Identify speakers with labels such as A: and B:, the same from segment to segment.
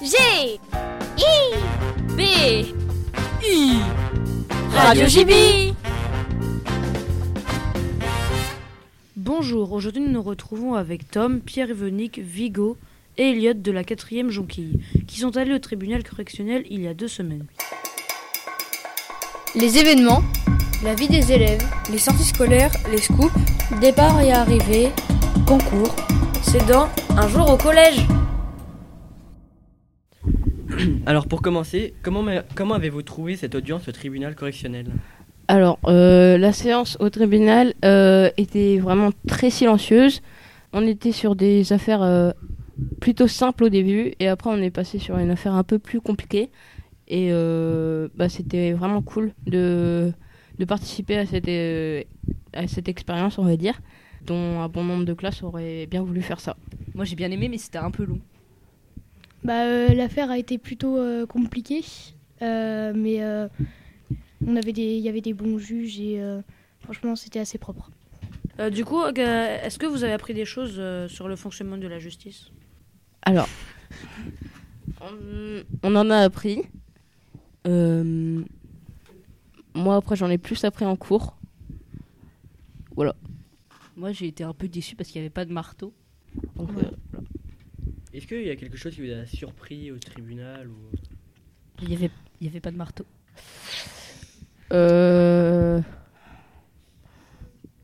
A: G I B
B: I.
A: Radio JB
C: Bonjour, aujourd'hui nous nous retrouvons avec Tom, Pierre Evenick, Vigo et Elliot de la 4 Jonquille, qui sont allés au tribunal correctionnel il y a deux semaines.
D: Les événements, la vie des élèves,
E: les sorties scolaires, les scoops,
F: départ et arrivée,
E: concours, c'est dans Un jour au collège.
G: Alors pour commencer, comment, m'a- comment avez-vous trouvé cette audience au tribunal correctionnel
H: Alors, euh, la séance au tribunal euh, était vraiment très silencieuse. On était sur des affaires euh, plutôt simples au début, et après on est passé sur une affaire un peu plus compliquée. Et euh, bah, c'était vraiment cool de, de participer à cette, euh, à cette expérience, on va dire, dont un bon nombre de classes auraient bien voulu faire ça.
B: Moi j'ai bien aimé, mais c'était un peu long.
I: Bah, euh, l'affaire a été plutôt euh, compliquée, euh, mais euh, on avait des, il y avait des bons juges et euh, franchement, c'était assez propre.
C: Euh, du coup, euh, est-ce que vous avez appris des choses euh, sur le fonctionnement de la justice
H: Alors, on, on en a appris. Euh, moi, après, j'en ai plus appris en cours.
B: Moi j'ai été un peu déçu parce qu'il n'y avait pas de marteau.
H: Donc, euh, voilà.
G: Est-ce qu'il y a quelque chose qui vous a surpris au tribunal ou...
B: Il n'y avait, il y avait pas de marteau.
H: Euh,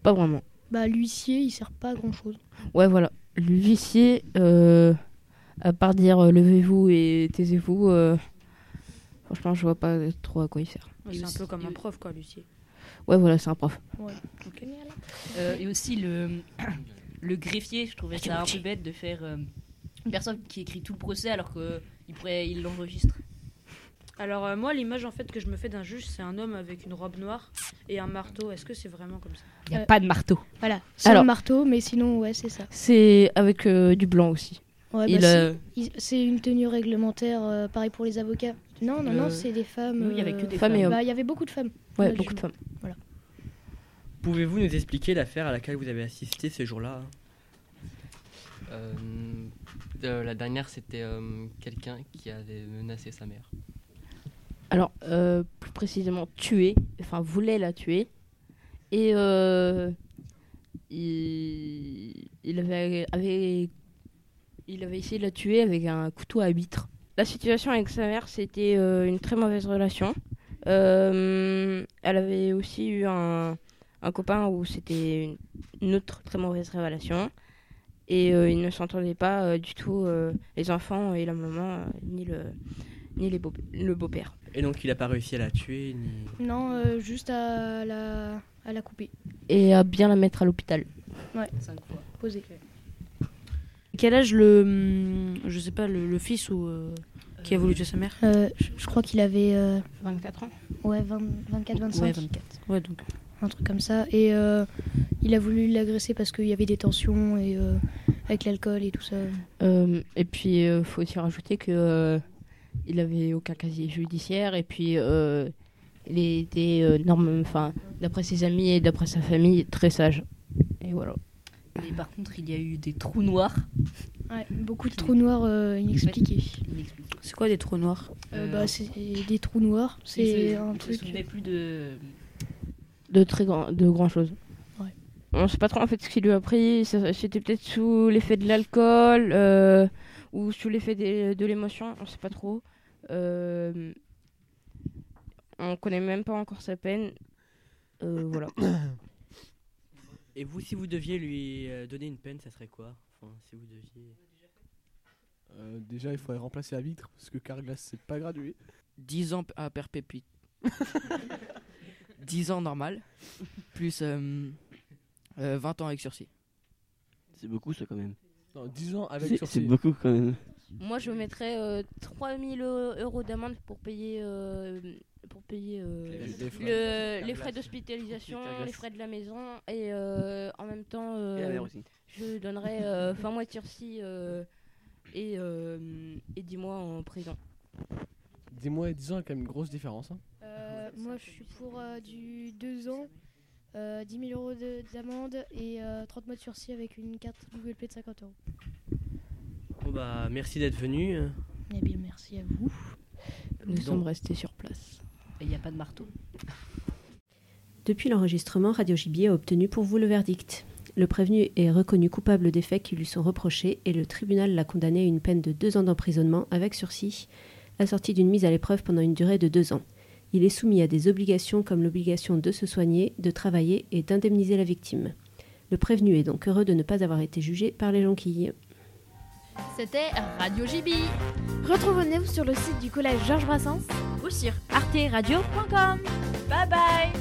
H: Pas vraiment.
I: Bah, l'huissier, il sert pas à grand chose.
H: Ouais, voilà. L'huissier, euh, à part dire euh, levez-vous et taisez-vous, euh, franchement, je vois pas trop à quoi il sert.
C: Ouais, C'est un peu comme un prof, quoi, Lucie.
H: Ouais, voilà, c'est un prof.
B: Euh, et aussi le, le greffier, je trouvais ça un peu bête de faire euh, une personne qui écrit tout le procès alors qu'il pourrait, il l'enregistre.
C: Alors, euh, moi, l'image en fait que je me fais d'un juge, c'est un homme avec une robe noire et un marteau. Est-ce que c'est vraiment comme ça
B: Il n'y a
I: Euh,
B: pas de marteau.
I: Voilà, sans
H: Alors-
I: le marteau, mais sinon, ouais, c'est ça.
H: C'est avec euh, du blanc aussi.
I: Ouais,
H: Il,
I: bah, c'est-
H: euh,
I: il- c'est une tenue réglementaire, euh, pareil pour les avocats. Non, non,
B: Euh,
I: non, c'est des femmes.
B: nous, il y avait que des
H: femmes et
I: bah,
H: hommes.
I: Il y avait beaucoup de femmes.
H: Ouais,
I: Ouais,
H: beaucoup
I: je-
H: de femmes.
G: Pouvez-vous nous expliquer l'affaire à laquelle vous avez assisté ce jour-là
J: Euh, euh, la dernière, c'était euh, quelqu'un qui avait menacé sa mère.
H: Alors, euh, plus précisément, tuer, enfin, voulait la tuer. Et euh, il, il avait, avait- il avait essayé de la tuer avec un couteau à huître. La situation avec sa mère, c'était euh, une très mauvaise relation. Euh, elle avait aussi eu un, un copain où c'était une, une autre très mauvaise relation. Et euh, ils ne s'entendaient pas euh, du tout, euh, les enfants et la maman, euh, ni le, ni les beaux- le beau-père.
G: Et donc il n'a pas réussi à la tuer ni...
I: Non, euh, juste à la, à la couper,
H: et à bien la mettre à l'hôpital.
B: Cinq fois.
I: poser.
C: Quel âge le. hum, je sais pas, le, le fils ou, euh, qui a voulu tuer sa mère
I: Euh, je, je crois qu'il avait euh,
H: 24 ans
I: ouais, 20 24, 25.
B: Ouais, 24.
C: Ouais, donc.
I: un truc comme ça. Et euh, il a voulu l'agresser parce qu'il y avait des tensions et euh, avec l'alcool et tout ça.
H: Et puis, euh, faut aussi rajouter que euh, il avait aucun casier judiciaire et puis euh, il était euh, norme- enfin, d'après ses amis et d'après sa famille, très sage. Et voilà.
B: Mais par contre, il y a eu des trous noirs.
I: beaucoup de trous noirs euh, inexpliqués.
B: Inexpliqués.
C: C'est quoi des trous noirs
I: Euh,
B: Euh,
I: bah, c'est des trous noirs,
B: ils
I: c'est
B: se-
I: un
B: ils se
I: truc.
B: souvenaient plus de.
H: De très grand, de grand chose.
I: Ouais.
H: On sait pas trop en fait ce qu'il lui a pris. Ça- C'était peut-être sous l'effet de l'alcool euh, ou sous l'effet des- de, l'émotion. On sait pas trop. Euh, on connaît même pas encore sa peine. Euh, voilà.
G: Et vous, si vous deviez lui euh, donner une peine, ça serait quoi Enfin, si vous deviez...
K: Euh, déjà, il faudrait remplacer la vitre parce que Carglass, c'est pas gradué.
L: 10 ans à perpétuité. 10 ans normal, plus euh, euh, 20 ans avec sursis.
J: C'est beaucoup, ça, quand même.
K: Non, 10 ans avec sursis.
J: beaucoup, quand même.
H: Moi, je mettrais 3000 euros d'amende pour payer, euh, pour payer euh,
K: Les frais.
H: le- les frais d'hospitalisation,
J: Carglass.
H: les frais de la maison et euh, en même temps, euh,
J: Et la mère aussi.
H: je donnerais euh, 20 mois de sursis euh, et, euh, et 10 mois en prison.
K: Des mois et 10 ans, il y a quand même une grosse différence. hein.
B: Euh, moi, je suis pour, euh,
I: du 2 ans, 10 000 euros d'amende et 30 mois de sursis avec une carte Google Play de 50 euros.
G: Bon bah, merci d'être venu.
I: Eh bien, merci à vous.
H: Nous sommes restés sur place.
B: Il n'y a pas de marteau.
M: Depuis l'enregistrement, Radio Gibier a obtenu pour vous le verdict. Le prévenu est reconnu coupable des faits qui lui sont reprochés et le tribunal l'a condamné à une peine de deux ans d'emprisonnement avec sursis, assortie d'une mise à l'épreuve pendant une durée de deux ans. Il est soumis à des obligations comme l'obligation de se soigner, de travailler et d'indemniser la victime. Le prévenu est donc heureux de ne pas avoir été jugé par les jonquilles.
A: C'était Radio JB.
N: Retrouvez-nous sur le site du collège Georges Brassens
A: ou sur arteradio.com.
N: Bye bye